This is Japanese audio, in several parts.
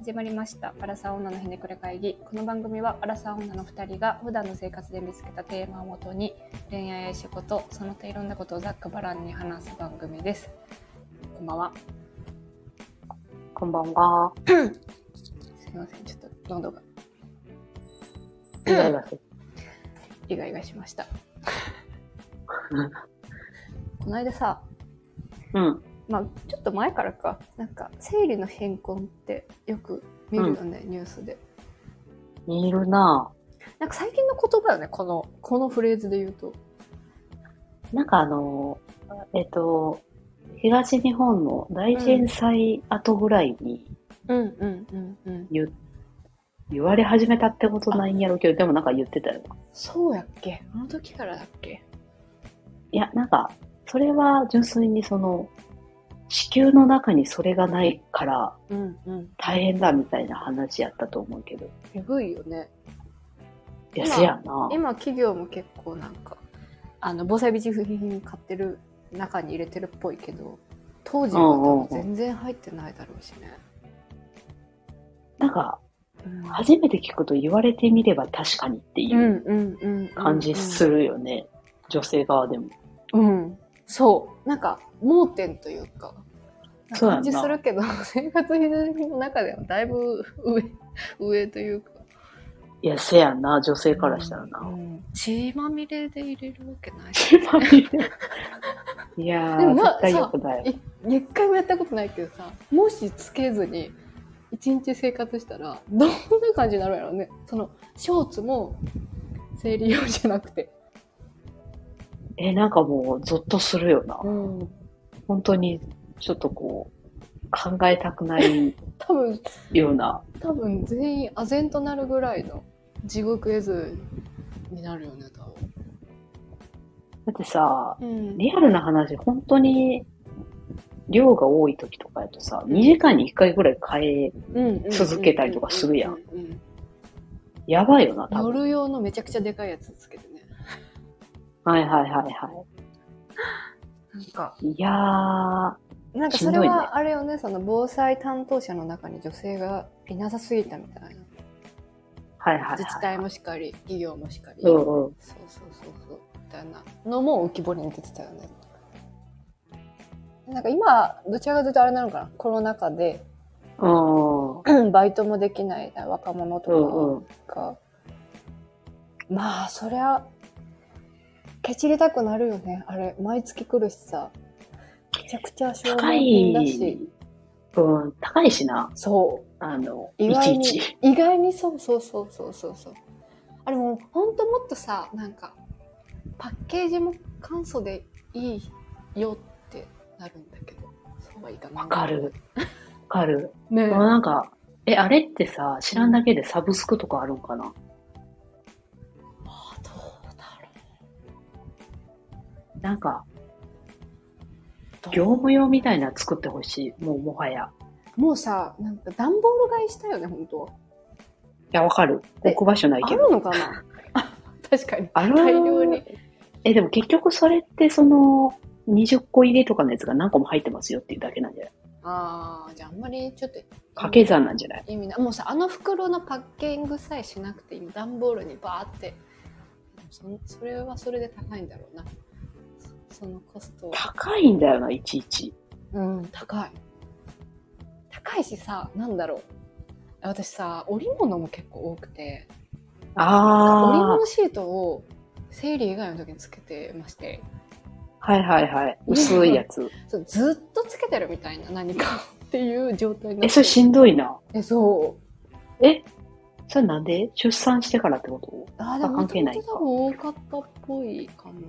始まりました「アラサー女のひねくれ会議」この番組はアラサー女の2人が普段の生活で見つけたテーマをもとに恋愛や仕事その他いろんなことをざっくばらんに話す番組ですこんばんはこんばんは。すいませんちょっと喉がイライラするイガイガしました この間さうん。まあちょっと前からかなんか生理の貧困ってよく見るよね、ニュースでいるななんか最近の言葉よねこのこのフレーズで言うとぁなんかあのー、えっと、東日本の大震災後ぐらいにうんうんうんうん言,、言われ始めたってことないんやろうけど、でもなんか言ってたよな。そうやっけあの時からだっけいや、なんか、それは純粋にその、子宮の中にそれがないからうんうん大変だみたいな話やったと思うけど。えぐいよねいや、今せやな今企業も結構なんかあの防災備蓄品買ってる中に入れてるっぽいけど当時は多分全然入ってないだろうしね、なんか、うん初めて聞くと言われてみれば確かにっていううんうんうん感じするよね。女性側でも。うん。そう。なんか、盲点というか、なそうや感んなじするけど、 生活必需品の中ではだいぶ上、上というか。いや、せやんな、女性からしたらな。うん血まみれで入れるわけない。 いやでもー、まあ絶対良くない。い一回もやったことないけどさ、もしつけずに、一日生活したら、どんな感じになるんやろうね。その、ショーツも、生理用じゃなくて。え、なんかもう、ゾッとするよな。ん。本当に、ちょっとこう、考えたくない多分、ような。多分全員唖然となるぐらいの地獄絵図になるよね多分、だってさ、うんリアルな話、本当に、量が多い時とかやとさ、2時間に1回ぐらい変え、続けたりとかするやんうううんやばいよな、多分。夜用のめちゃくちゃでかいやつつけてねはいはいはいはなんかい。いやー、なんかしそんれどいねはあれよねその防災担当者の中に女性がいなさすぎたみたいなはいはいはい。自治体もしっかり企業もしっかり、うんそううん。そうそうそうみたいなのも浮き彫りに出てたよねなんか今どちらかというとあれなのかなコロナ禍で うん。バイトもできない若者うんうとん。かが、まあそりゃケチりたくなるよねあれ毎月来るしさめちゃくちゃ消高耗品だいし、うん、高いしな。そあの、う意い外ちいにち。意外にそうそうそうそうそうそうあれもうほんともっとさなんかパッケージも簡素でいいよってなるんだけどそうはいかないわかる。わかる。ねまあなんか、え、あれってさ、知らんだけでサブスクとかあるんかなあどうだろなんか、う業務用みたいなの作ってほしい。もうもはや。もうさ、なんか段ボール買いしたよね、本当は。いや、わかる。え置く場所ないあけど。るのかな 確かに。ある大量に。え、でも結局それってその、20個入れとかのやつが何個も入ってますよっていうだけなんじゃないああ、じゃああんまりちょっと掛け算なんじゃない意味ない。もうさ、あの袋のパッケージングさえしなくていい。段ボールにバーって。そそれはそれで高いんだろうな。そそのコストは。高いんだよな、いちいち。うん、高い。高いしさ、なんだろう。私さ、織物も結構多くて、織あ物シートを生理以外の時につけてまして。あ。はいはいはい。薄いやつ。そうずっとつけてるみたいな何かっていう状態になえ、それしんどいな。えそうえ、それなんで出産してからってことあーでも関係ない元々多分多かったっぽいかも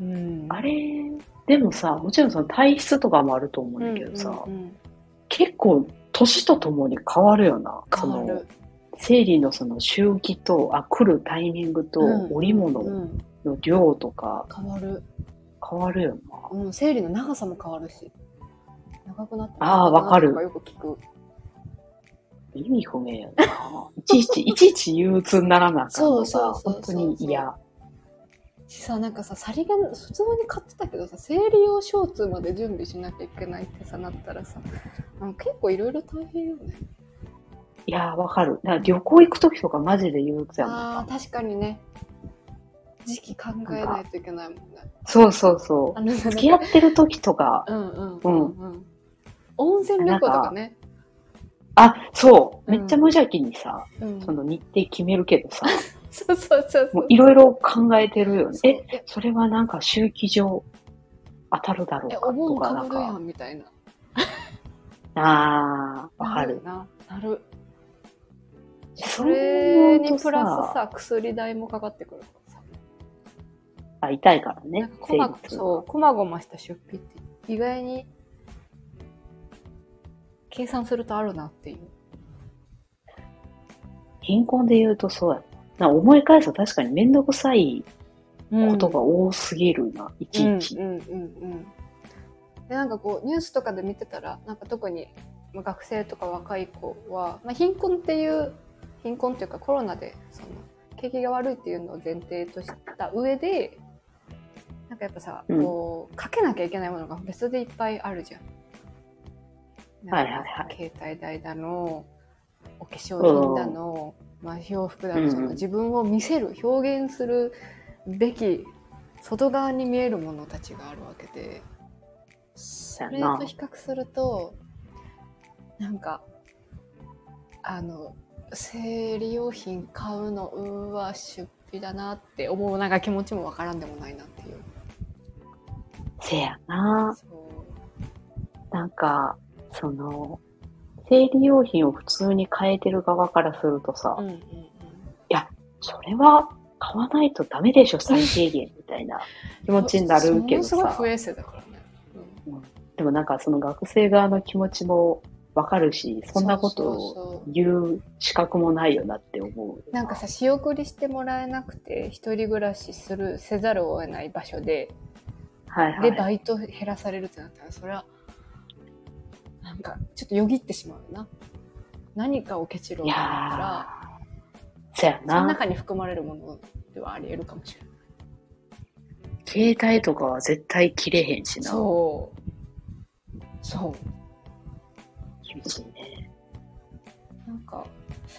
うんあれ、でもさ、もちろんその体質とかもあると思うんだけどさ、うんうん結構年とともに変わるよな。変わるその生理のその周期と、あ、来るタイミングと、うん織う物んの量とか変わる、変わるよな。うん、生理の長さも変わるし長くなってあーわかる長くなってとかよく聞く意味不明や な。いちいち、いちいち憂鬱にならなあかんのそうそうがそう本当に嫌。しさなんかささりげな普通に買ってたけどさ生理用ショーツまで準備しなきゃいけないってさなったらさなんか結構いろいろ大変よねいやー、わかる。だから旅行行くときとかマジで憂鬱やもん。ああー確かにね時期考えないといけないもんねそうそうそう。あの付き合ってるときとか、うんうんうんうん温泉旅行とかねあ、そう。うんめっちゃ無邪気にさ、うんその日程決めるけどさ、そうそうそうそもうういろいろ考えてるよね。え、えそれはなんか周期上当たるだろうえかおと盆か、かなぶんるやか、んみたいなあー、わかる。ななるそそれれににププララススさ薬代もかかってくるからさあ、痛いからなんか、ねこ生ま物そうこまごました出費って意外に計算するとあるなっていう貧困で言うとそうやな。な思い返すと確かにめんどくさいことが多すぎるな、いちいち。うんうんうんうん、でなんかこうニュースとかで見てたらなんか特にまあ学生とか若い子は、まあ、貧困っていう貧困っていうかコロナでその景気が悪いっていうのを前提とした上でなんかやっぱさ、うんこうかけなきゃいけないものが別でいっぱいあるじゃん。はいはいはい携帯代だのお化粧品だの、まあ、洋服だの、そうんうのん自分を見せる表現するべき外側に見えるものたちがあるわけでそそうれやなと比較するとなんかあの生理用品買うのうわ出費だなって思うなんか気持ちもわからんでもないなっていうせやな。そうなんか、その、生理用品を普通に変えてる側からするとさ、うんうんうんそれは買わないとダメでしょ、最低限みたいな気持ちになるけどそものすさごい。不衛生だからね、でもなんかその学生側の気持ちもわかるし、そんなことをを言う資格もないよなって思う。なんかさ仕送りしてもらえなくて一人暮らしするせざるを得ない場所ではいはでい。バイト減らされるってなったらそれはなんかちょっとよぎってしまうよな何かをケチろういとや思ったらー、そやそのな。中に含まれるものではありえるかもしれない携帯とかは絶対切れへんしな。そうそ厳しいね。うなんか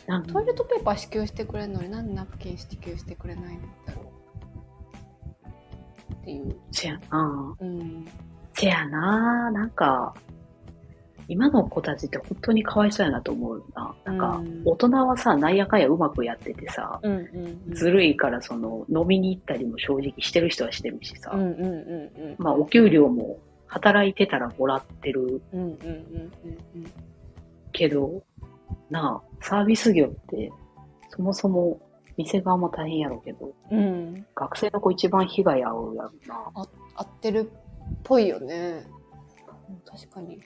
なんトイレットペーパー支給してくれるのになんでナプキン支給してくれないんだろうっていうせやな。うんせやな。なんか、今の子たちって本当にかわいそうやなと思うよな。なんか、うん大人はさ、なんやかんやうまくやっててさ、うんうんうんずるいからその、飲みに行ったりも正直してる人はしてるしさ、うんうんうんうんまあお給料も働いてたらもらってるうんうんうんうんうんけど、なあ、サービス業って、そもそも店側も大変やろうけど、うん、学生の子一番被害遭うやろな。合ってるっぽいよねうん確かに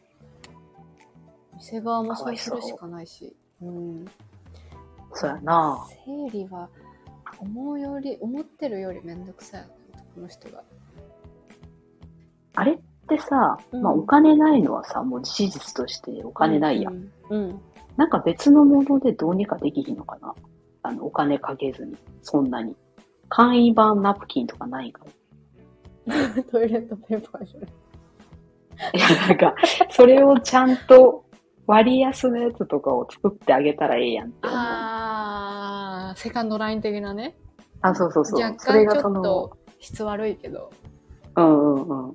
店側もそうするしかないしうんそうやな。生理は思うより思ってるよりめんどくさいよねこの人があれってさ、うんまあお金ないのはさ、もう事実としてお金ないやん。うん、うんなんか別のものでどうにかできひんのかなあの、お金かけずに、そんなに。簡易版ナプキンとかないんかな トイレットペーパーじゃないいや、なんか、それをちゃんと割安のやつとかを作ってあげたらええやんって思う。ああーセカンドライン的なねそうそうそう。若そ干れがちそょっの、と質悪いけどうんうんうん。あ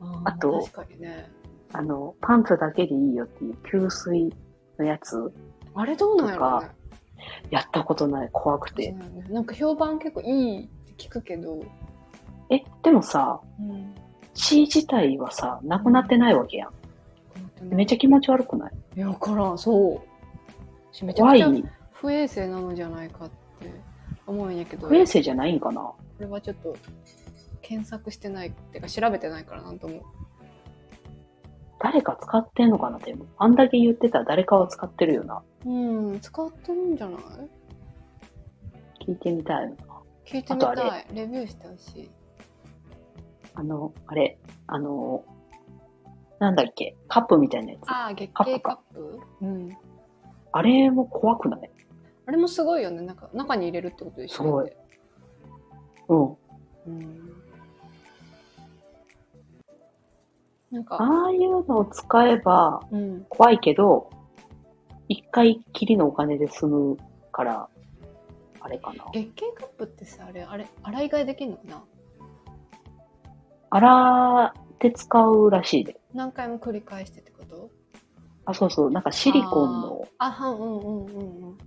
ーあと確かにねあの、パンツだけでいいよっていう吸水のやつ、あれどうなんやろうねやったことない、怖くそてう。だよねなんか評判結構いいって聞くけど、え、でもさ、うん、血自体はさ、なくなってないわけやん。めっちゃ気持ち悪くないいやわからんそうしめちゃ怖くいちゃ。不衛生なのじゃないかって思うんやけど不衛生じゃないんかなこれはちょっと検索してないってか調べてないからなんとも誰か使ってんのかなでも。あんだけ言ってたら誰かは使ってるよな。うん使ってるんじゃない聞いてみたいよな。聞いてみたあとあいレビューしてほしいあの、あれ、あの、なんだっけ、カップみたいなやつ。あああ月カッ経プカッかプうんれも怖くないあれもすごいよねなんか中に入れるってことでしょすごいうん。うんなんか、ああいうのを使えばうん、怖いけど、一回きりのお金で済むから、あれかな。月経カップってさ、あれ、あれ、洗い替えできるのかな洗って使うらしいで。何回も繰り返してってことあ、そうそう。なんかシリコンのあー、あはん、うんうんうんうん。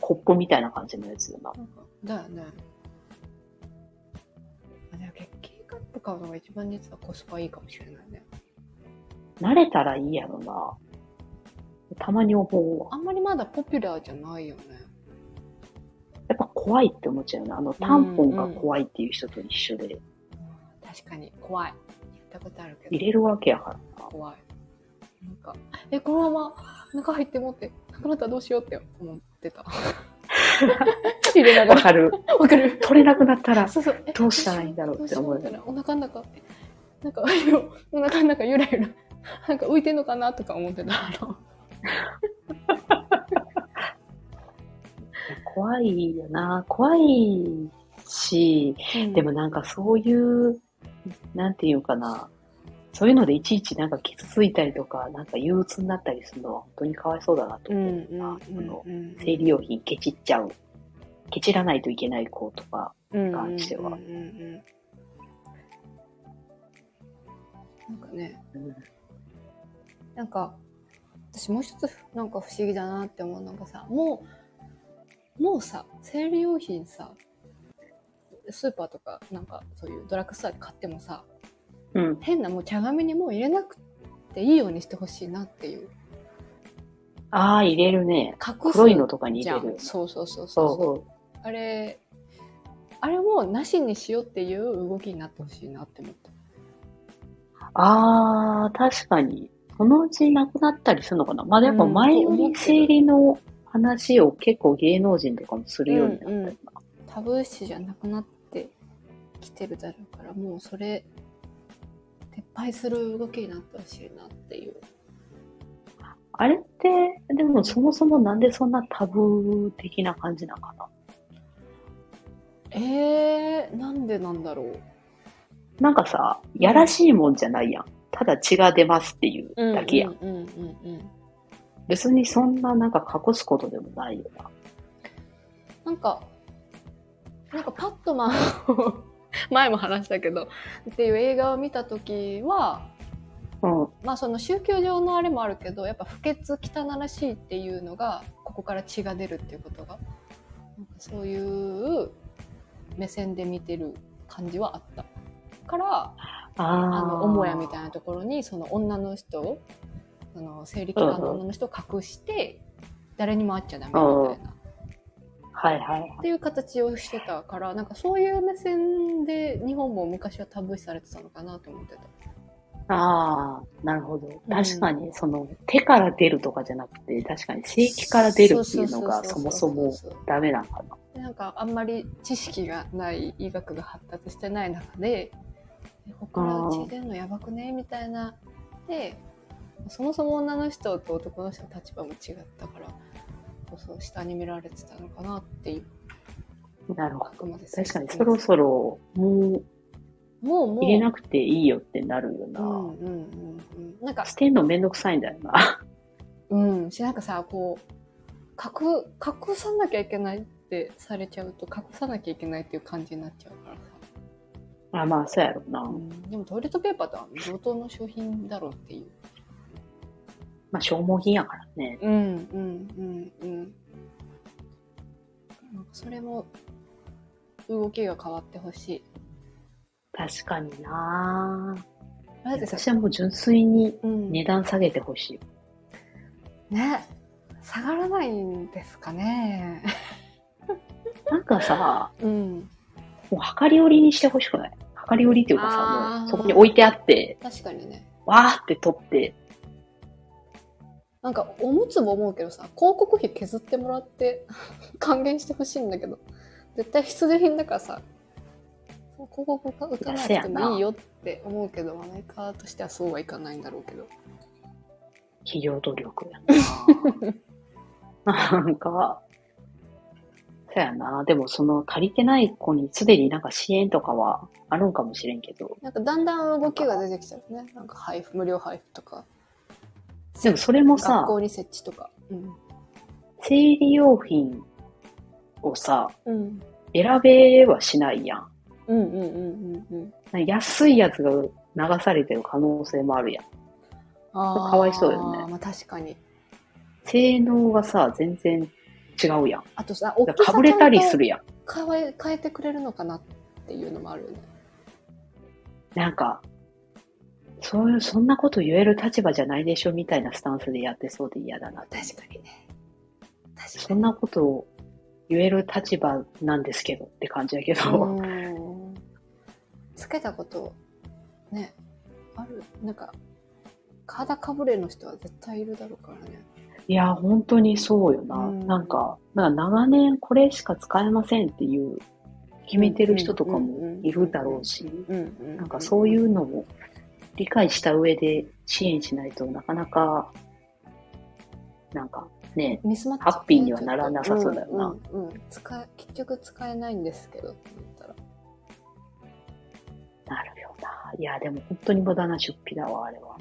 コップみたいな感じのやつだな。なんか、だよね。あ、じゃあ月経カップ買うのが一番実はコスパいいかもしれないね。慣れたらいいやろな。たまに思うわ。あんまりまだポピュラーじゃないよね。やっぱ怖いって思っちゃうよね。あの、タンポンが怖いっていう人と一緒で、確かに、怖い。やったことあるけど。入れるわけやからな。怖い。なんか、え、このまま中入って持って、なくなったらどうしようって思ってた。 入れながわら。かる。わかる。取れなくなったら、そうそう。えどうしたらいいんだろうって思うよねどしよみたいなお腹の中、なんか、お腹の中ゆらゆら、 なんか浮いてんのかなとか思ってた。あの怖いよな。怖いし、でも、なんかそういう、なんていうかな。そういうのでいちいちなんか傷ついたりとか、なんか憂鬱になったりするのは本当にかわいそうだなとうん思う。うんうんうん。生理用品ケチっちゃう。ケチらないといけない子とか。に関してはうんうんうんうん。なんかね、うんなんか私もう一つなんか不思議だなって思うのがさもうもうさ生理用品さスーパーとかなんかそういうドラッグストアで買ってもさうん。変なもう茶髪にもう入れなくていいようにしてほしいなっていうああ、入れるね。隠す黒いのとかにじ入ゃれるん。そうそうそうそそううそうそう。あれあれもなしにしようっていう動きになってほしいなって思ったああ、確かに。そのうちなくなったりするのかな。まあでもうん前とよ思っりてる生理の話を結構芸能人とかもするようになったうんうよな。んタブー視じゃなくなってきてるだろうからもうそれ撤廃する動きになってほしいなっていうあれって、でもそもそもなんでそんなタブー的な感じなのかな。えー、なんでなんだろうなんかさ、やらしいもんじゃないやん。ただ血が出ますっていうだけやん。うんうんうんうん別にそんななんか隠すことでもないよな。なんかなんかパットマンを 前も話したけどっていう映画を見た時はうん。まあその宗教上のあれもあるけどやっぱ不潔汚らしいっていうのがここから血が出るっていうことがなんかそういう目線で見てる感じはあったからあああの母屋みたいなところにその女の人をその生理期間の女の人を隠して誰にも会っちゃダメみたいなはいはいはいっ。ていう形をしてたからなんかそういう目線で日本も昔はタブー視されてたのかなと思ってた。ああ、なるほど。ん確かに、その、手から出るとかじゃなくて、確かに、正規から出るっていうのが、そもそもうううダメなのかな。でなんかあんまり知識がない医学が発達してない中でえここから血出るのやばくねみたいなでそもそも女の人と男の人の立場も違ったからそうそう下に見られてたのかなっていうなるほあくまでど。確かに、そろろそろ、ももうもう、う入れなくていいよってなるような。んうんうんうんなんか捨てんのめんどくさいんだよ な。うんしなんかさこう隠隠さなきゃいけないってされちゃうと隠さなきゃいけないっていう感じになっちゃうからさあ、まあ、そうやろな。うんでもトイレットペーパーとは同等の商品だろうっていう。まあ、消耗品やからね。うんうんうんうん。なんかそれも動きが変わってほしい。確かになだってさ、私はもう純粋にうん、値ね段下げてほしい。下がらないんですかね。なんかさ、うん、もう量り売りにしてほしくない量り売りっていうかさ、あーもうそこに置いてあって、確かにね。わーって取って、なんかおむつも思うけどさ、広告費削ってもらって 還元してほしいんだけど、絶対必需品だからさ、広告が打たなくてもいいよって思うけど、メーカーとしてはそうはいかないんだろうけど。企業努力やななんか、そうそうやな。でもその足りてない子にすでになんか支援とかはあるんかもしれんけど。なんかだんだん動きが出てきたよね。なんか配布、無料配布とか。でもそれもさ学、校に設置とか。うん。生理用品をさ、うん。選べはしないやん。うんうんうんうんうん。安いやつが流されてる可能性もあるやん。あーかわいそうよねまあ確かに。性能がさ、全然違うやん。あとさ、大だきからさかぶれたりする。るやん。変え変えてくれるのかなっていうのもあるよね。なんか、そういう、そんなこと言える立場じゃないでしょみたいなスタンスでやってそうで嫌だな。確かにね。確そんなことを言える立場なんですけどって感じだけど、うんつけたことねあるなんか肌かぶれの人は絶対いるだろうからねいや、本当にそうよな。うんなんか、なんか長年これしか使えませんっていう、決めてる人とかもいるだろうし、うんうんなんかそういうのも理解した上で支援しないとなかなか、なんかね、ミスマッチハッピーにはならなさそうだよなうんうんうん使え結局使えないんですけどって言ったらなるよな。いや、でも本当に無駄な出費だわ、あれは。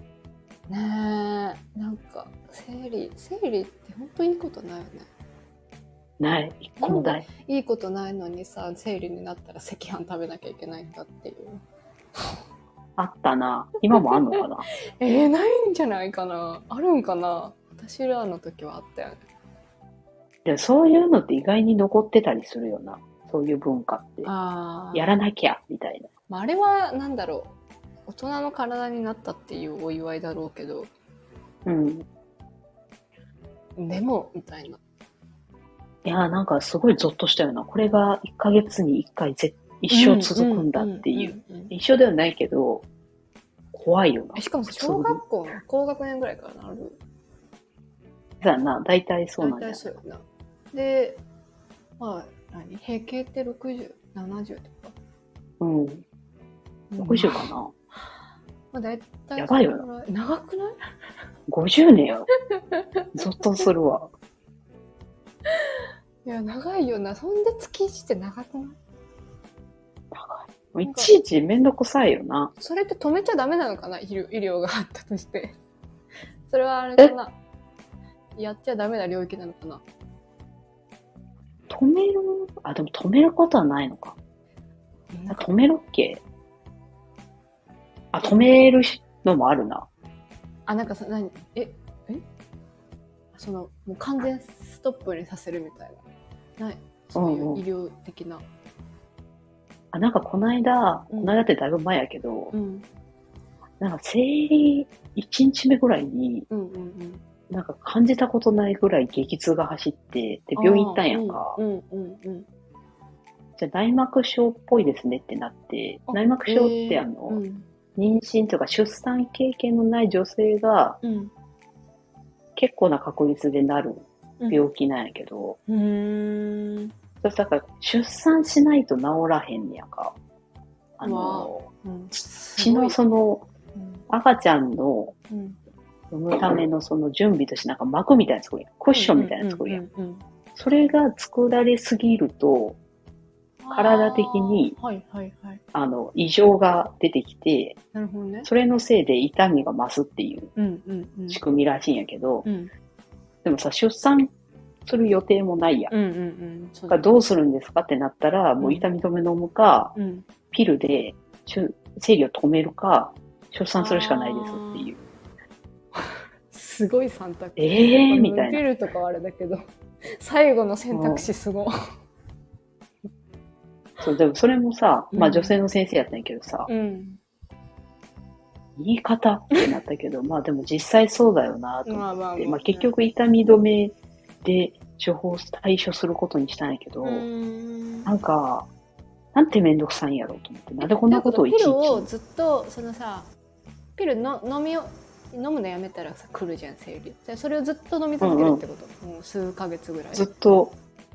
ねえなんか生理生理って本当いいことないよねない、一個もない。いいことないのにさ生理になったら赤飯食べなきゃいけないんだっていうあったな。今もあんのかな。 えー、ないんじゃないかなあるんかな私らの時はあったよねでもそういうのって意外に残ってたりするよな。そういう文化って。あやらなきゃ、みたいな。まあ、あれはなんだろう大人の体になったっていうお祝いだろうけどうん。でもみたいないやーなんかすごいゾッとしたよな。これが1ヶ月に1回ぜ一生続くんだっていう。んうんうん一生ではないけど、怖いよなえ。しかも小学校の高学年ぐらいからなるだな、大体そうなんだ大体よ。そうよなでまあ何平均って6070とかうん。60かな。まあ、大体やばいよなそのぐらい長くない50年 よ。ゾッとするわ。いや長いよなそんで月1って長くないいちいちめんどくさいよな。それって止めちゃダメなのかな医療医療があったとして。 それはあれかなやっちゃダメな領域なのかな止めるあ、でも止めることはないのか。あ止めるっけあ、止めるのもあるな。あ、なんかさ、何え、えその、もう完全ストップにさせるみたいな。ない。そういんううん医療的な。あ、なんかこの間、うんこの間ってだいぶ前やけど、うん、なんか生理1日目ぐらいに、うん、うん、うん。なんか感じたことないぐらい激痛が走って、で、病院行ったんやんか。うん、うん、うん。じゃあ内膜症っぽいですねってなって、あ内膜症ってえーあの、うん、妊娠とか出産経験のない女性がうん。結構な確率でなる病気なんやけど、うーん。そしたら出産しないと治らへんねやんか。あの、うん。血のそのうん赤ちゃんのうん。産むためのその準備としてなんか膜みたいなの作るやん。クッションみたいなの作るやん。うんうんうんうん。それが作られすぎると、体的にあー。はい、はい、はい。あの、異常が出てきて、なるほどね。それのせいで痛みが増すっていううん、うん、うん。仕組みらしいんやけど、うん。でもさ、出産する予定もないやん。うんうんうん。そうだからだねどうするんですかってなったら、もう痛み止め飲むか、うん。ピルで出生理を止めるか、出産するしかないですっていう。すごい三択。ええー、みたい受け。なるとかはあれだけど、 最後の選択肢すごい。そう、でもそれもさ、まうあん女性の先生やったんやけどさ、うん。言い方ってなったけど、まあでも実際そうだよなと思ってまあまあでままあ。あ、結、局痛み止めで処方対処することにしたんやけど、うーん。なんか、なんてめんどくさいんやろうと思って、なんでこんなことをいちいピちル。をずっと、そのさ、ピルの飲みを、飲むのやめたらさ、来るじゃん、生理。じゃあそれをずっと飲み続けるってこと。もう数ヶ月ぐらい。ずっと、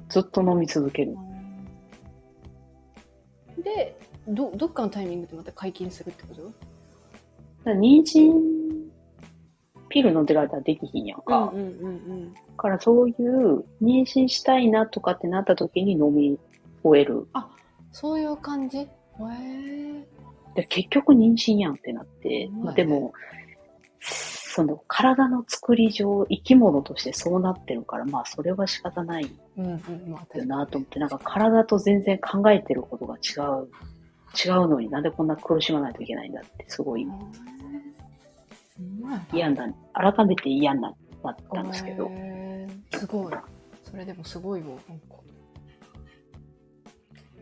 ずっと飲み続ける。で、ど、どっかのタイミングでまた解禁するってこと妊娠ピル飲んでる間はできひんやんうんか。うんうんだからそういう妊娠したいなとかってなった時に飲み終える。そういう感じへえで結局妊娠やんってなって、うんまあ、でも、その体の作り上、生き物としてそうなってるから、まあそれは仕方ないうんうんまあよなと思って、なんか体と全然考えてることが違う、違うのになんでこんな苦しまないといけないんだって、すごい嫌な、改めて嫌になったんですけど、へーすごいそれでもすごいよなんか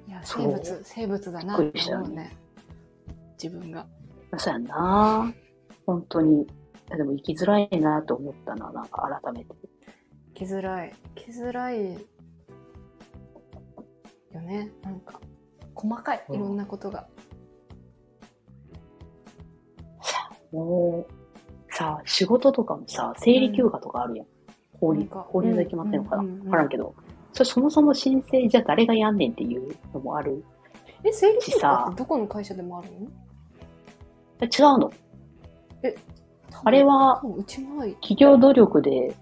いやそ生う物生物だなってびっくりした思ようねね自分がそうやんな本当に、あでも生きづらいなと思ったな、なんか改めて。来づらい来づらいよねなんか細かいうんいろんなことが、もう、さあ、仕事とかもさ、生理休暇とかあるやん。法なん律、か法律で決まってるのかな。うわんうんうんからんけど。それそもそも申請じゃ誰がやんねんっていうのもある。え生理休暇っさてどこの会社でもあるの違うの。あれは多分うちもない企業努力で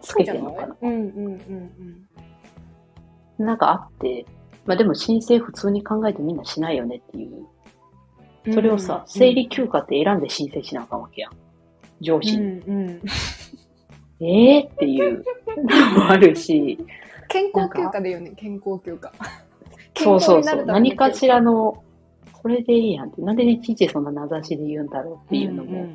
つそうけじてゃるなのかいな。うんうんうんなんかあって、まあでも申請普通に考えてみんなしないよねっていう。うんそれをうんさ、生理休暇って選んで申請しなあかんわけやん。上司うに。んうんええー、っていうのもあるし。健康休暇だよね、健康休暇。そうそうそたう。め何かしらの、それでいいやんって。なんでいちいちそんな名指しで言うんだろうっていうのも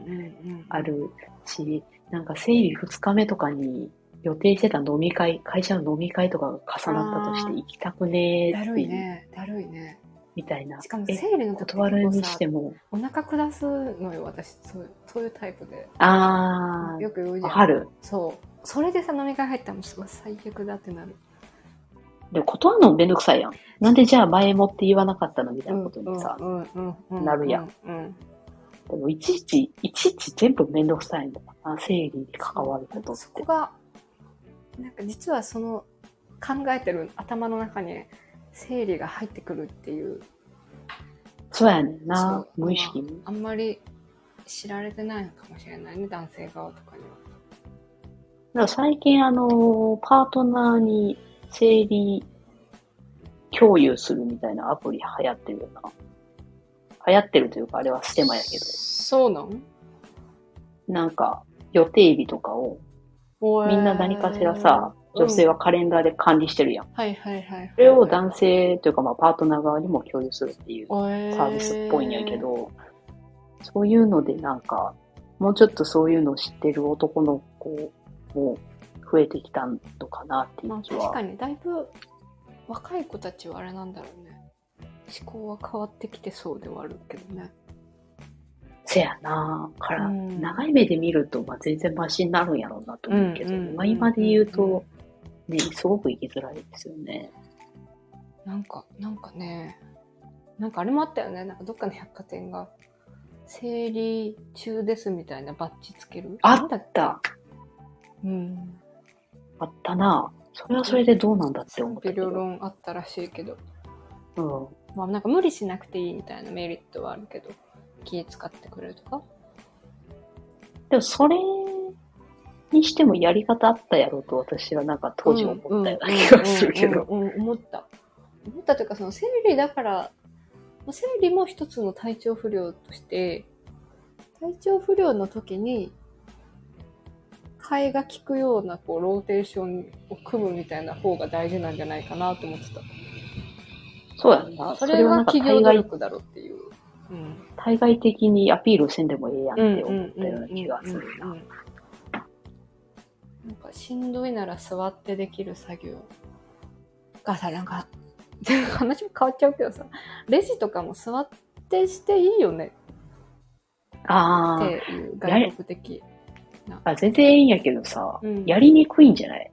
あるし、なんか生理2日目とかに予定してた飲み会、会社の飲み会とかが重なったとしてあー行きたくねーだるっていいう、ね、だるいね。みたいなし。かもえ、生理の時断るにしてもも。お腹下すのよ、私。そうそういうタイプで。あよく言うー、じわゃかん。る。そう。それでさ、飲み会入ったらもうすごい最悪だってなる。でも断るのめんどくさいやん。なんでじゃあ前もって言わなかったのみたいなことにさ、うんうんうんうんなるやん。うんでもいちいち、いちいち全部めんどくさいんだな、生理に関わることっそこて。が、なんか実はその考えてる頭の中に生理が入ってくるっていうそうやねんなそ、う無意識に。あんまり知られてないのかもしれないね男性側とかには。だから最近、あの、パートナーに生理共有するみたいなアプリ流行ってるよな。流行ってるというか、あれはステマやけど。そうなんなんか、予定日とかを、みんな何かしらさ、女性は、はカレンダーで管理してるやん。うんはいはいはいはい。それを男性というか、まあ、パートナー側にも共有するっていうササービスっぽいんやけ。ど、そういうのでなんか、もうちょっとそういうのを知ってる男の子も増えてきたのかなっていまあう気確はか。にだいぶ若い子たちはあれなんだろうね。思考は変わってきてそうではあるけどね。せやなから、うん長い目で見ると、まあ、全然マシになるんやろうなと思うけど、うんうんうんまあ、今で言うと、ね、すごく生きづらいですよね。なんか、なんかね、なんかあれもあったよね。なんかどっかの百貨店が、生理中ですみたいなバッジつける。あなんっだっけた、うん。あったなそれはそれでどうなんだって思賛った否け両ど。論あったらしいけど、うんまあなんか無理しなくていいみたいなメリットはあるけど、気使ってくれるとか。でも、それにしてもやり方あったやろうと、私はなんか当時思ったような気がするけど。うんうんうんうん思った。思ったというか、その生理だから、まあ生理も一つの体調不良として、体調不良の時に、替えが効くようなこうローテーションを組むみたいな方が大事なんじゃないかなと思ってた。そうやんな。そそれれがはなんか企業対努外力だろうっていう。うん対外的にアピールせんでもええやんって思ったような気がするうんなうんうんうん。なんかしんどいなら座ってできる作業がさなんか 話も変わっちゃうけどさレジとかも座ってしていいよねっあていう外国的、ーあ、全然ええんやけどさ、うんやりにくいんじゃない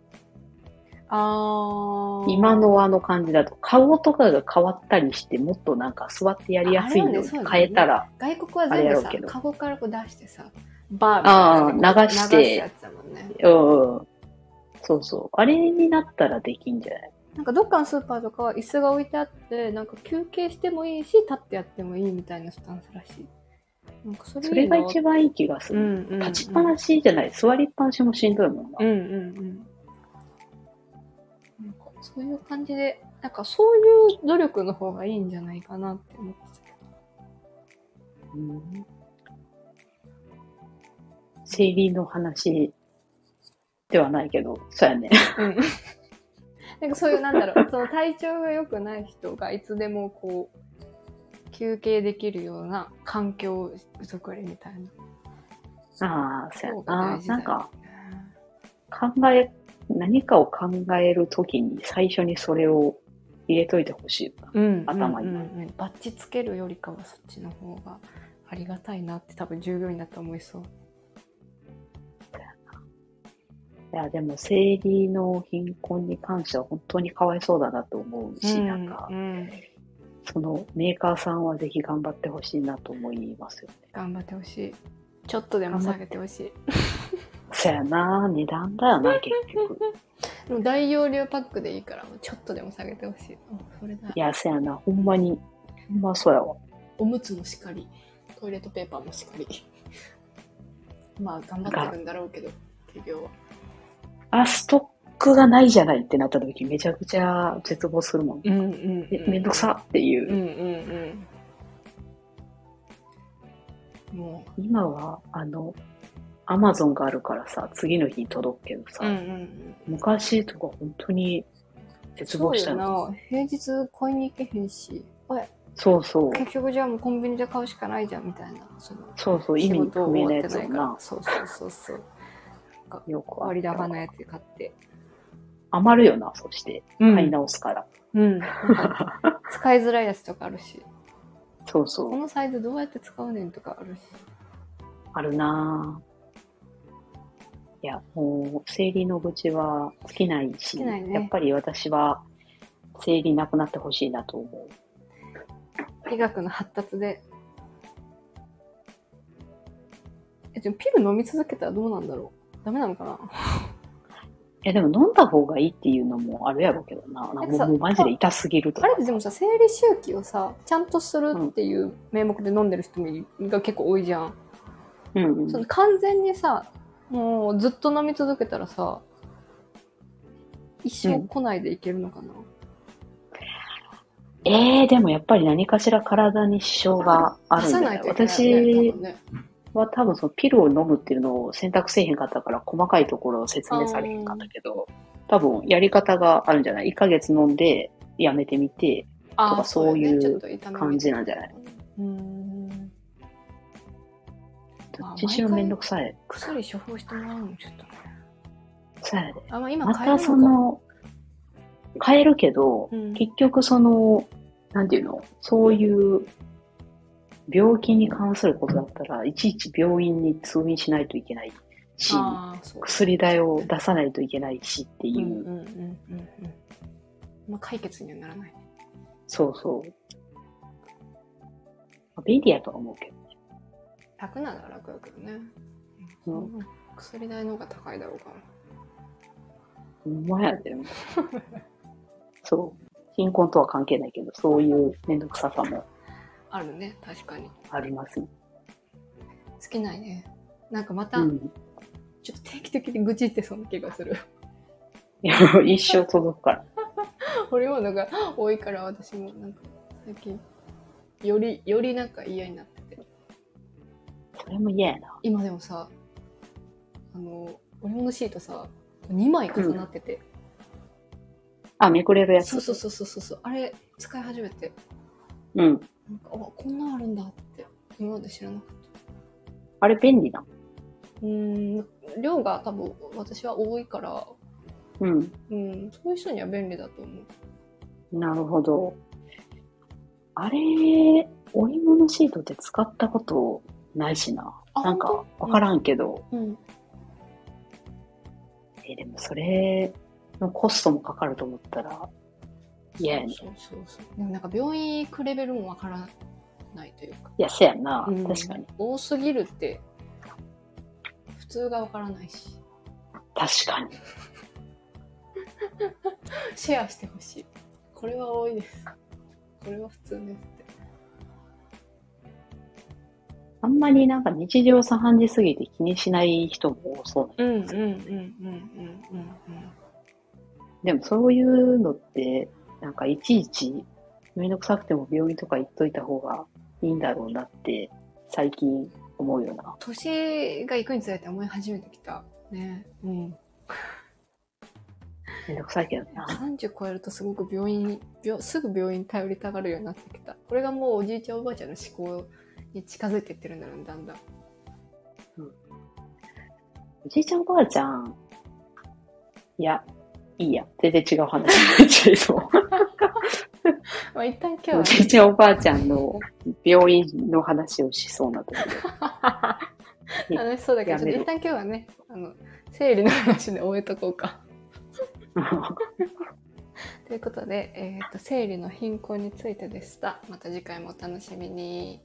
あー今のあの感じだと、顔とかが変わったりして、もっとなんか座ってやりやすいのああれはねにそうだね変えたら、外国はあれ全部やろうさけどカゴからこう出してさバーみたいなあー流して流すやつだもんねうんうん。そうそう。あれになったらできんじゃないなんかどっかのスーパーとかは椅子が置いてあってなんか休憩してもいいし立ってやってもいいみたいなスタンスらしいなんかそれそれが一番番いい気がすうる。んうんうん、立ちっぱなしじゃない、座りっぱなしもしんどいもんな。うんうんうん。なんかそういう感じで、なんかそういう努力の方がいいんじゃないかなって思ってたけど。うん生理の話ではないけど、そうやね。うん。 なんかそういう、なんだ ろう、その体調が良くない人がいつでもこう、休憩できるような環境作りみたいな。ああ、そうやそう大な。事だよなんか、考え、何かを考えるときに最初にそれを入れといてほしいな。うん頭にうんうんうんバッチつけるよりかはそっちの方がありがたいなって多分従業員だと思いそう。いや、でも生理の貧困に関しては本当にかわいそうだなと思うし、なんかう、んそのメーカーさんはぜひ頑張ってほしいなと思いますよね。頑張ってほしい。ちょっとでも下げてほしい。そうやな、値段だよな、結局。もう大容量パックでいいからもうちょっとでも下げてほしいあそれだいや、そうやな、ほんまに、ほんまそうやわ。おむつもしっかりトイレットペーパーもしっかり まあ頑張ってるんだろうけど企業はあ、ストックがないじゃないってなった時めちゃくちゃ絶望するもん。うんうんえめんどくさっていうう。んうんうんも今は、あの、アマゾンがあるからさ、次の日に届くけどうさ、うんうんうん昔とか本当に絶そ望うしたよの。な平日買いに行けへんしおいそうそう。結局じゃあもうコンビニで買うしかないじゃんみたいなそのそうそう、意仕味事不終明わなっやてつないやんかなら。そうそうそうそうよくあった割高のやつ買って余るよな、そして。うん買い直すから。うん、なんか使いづらいやつとかあるしそうそこう。のサイズどうやって使うねんとかあるしあるなぁ。いや、もう、生理の愚痴は尽きないし、尽きないねやっぱり私は、生理なくなってほしいなと思う。医学の発達でえでもピル飲み続けたらどうなんだろうダメなのかないや、でも飲んだ方がいいっていうのもあるやろうけどな。なんかもさうもうマジで痛すぎるとあかれ。ってでもさ生理周期をさちゃんとするっていう名目で飲んでる人もいが結構多いじゃん、うんうん。その完全にさもうずっと飲み続けたらさ一生来ないでいけるのかな、ええー、でもやっぱり何かしら体に支障があ出るんじさゃなないいといけないよね多私分ねは多分そのピルを飲むっていうのを選択せえへんかったから細かいところを説明されへんかったけど、多分やり方があるんじゃない ?1 ヶ月飲んでやめてみてあーとかそういうだねちょっと痛みみたい感じなんじゃないうんどっちにしろめんどくさい。薬処方してもらうのちょっとねそうやで。あまあ今ま買えるのたかその、変えるけど、うん結局その、なんていうのそういう病気に関することだったら、いちいち病院に通院しないといけないし、あーそう薬代を出さないといけないしってういんう、うんうんうんうんまあ解決にはならないそうそう。便利やとは思うけ楽なら楽だけどね、う薬代の方が高いだろうからど、ほんま やで。そう。貧困とは関係ないけど、そういうめんどくささもあるね確かにありますね。尽きないねなんかまた、うん。ちょっと定期的に愚痴ってそんな気がする いや 一生届くから。掘り物が多いから私もなんか最近よりよりなんか嫌になっててそれも嫌やな。今でもさあの織物シートさ2枚重なってて、あ、めくれるやつ。そうそうそうそうそうそうあれ使い始めてうん。なんかあこんなんあるんだって今まで知らなかっあれ便利な。たうーん量が多分私は多いからうん。うんそういう人には便利だと思うなるほど。あれ、織物シートって使ったことないしな。あなんか、わからんけど、うんえ、でもそれのコストもかかると思ったら、嫌やね。そうそうそうでもなんか病院行くレベルもわからないというか、いや、せやんな。うん確かに。多すぎるって普通がわからないし確かに。シェアしてほしい。これは多いです。これは普通ですって。あんまりなんか日常茶飯事すぎて気にしない人も多そうな。うんうんうんうんうんうんでもそういうのって、なんかいちいちめんどくさくても病院とか行っといた方がいいんだろうなって最近思うよな。年がいくにつれて思い始めてきたねうんめんどくさいけどな。 30超えるとすごく病院病すぐ病院頼りたがるようになってきたこれがもうおじいちゃんおばあちゃんの思考に近づいていってるんだろうねだんだんおじいちゃんおばあちゃん。いや、いいや。全然違う話になっちゃいそう。まあ一旦今日おはじいちゃんおばあちゃんの病院の話をしそうなとこゃん楽しそうだけどやちょっめとる一旦今日はねあの生理の話で終えとこうかろ。ということで、えー、と生理の貧困についてでしたまた次回もお楽しみに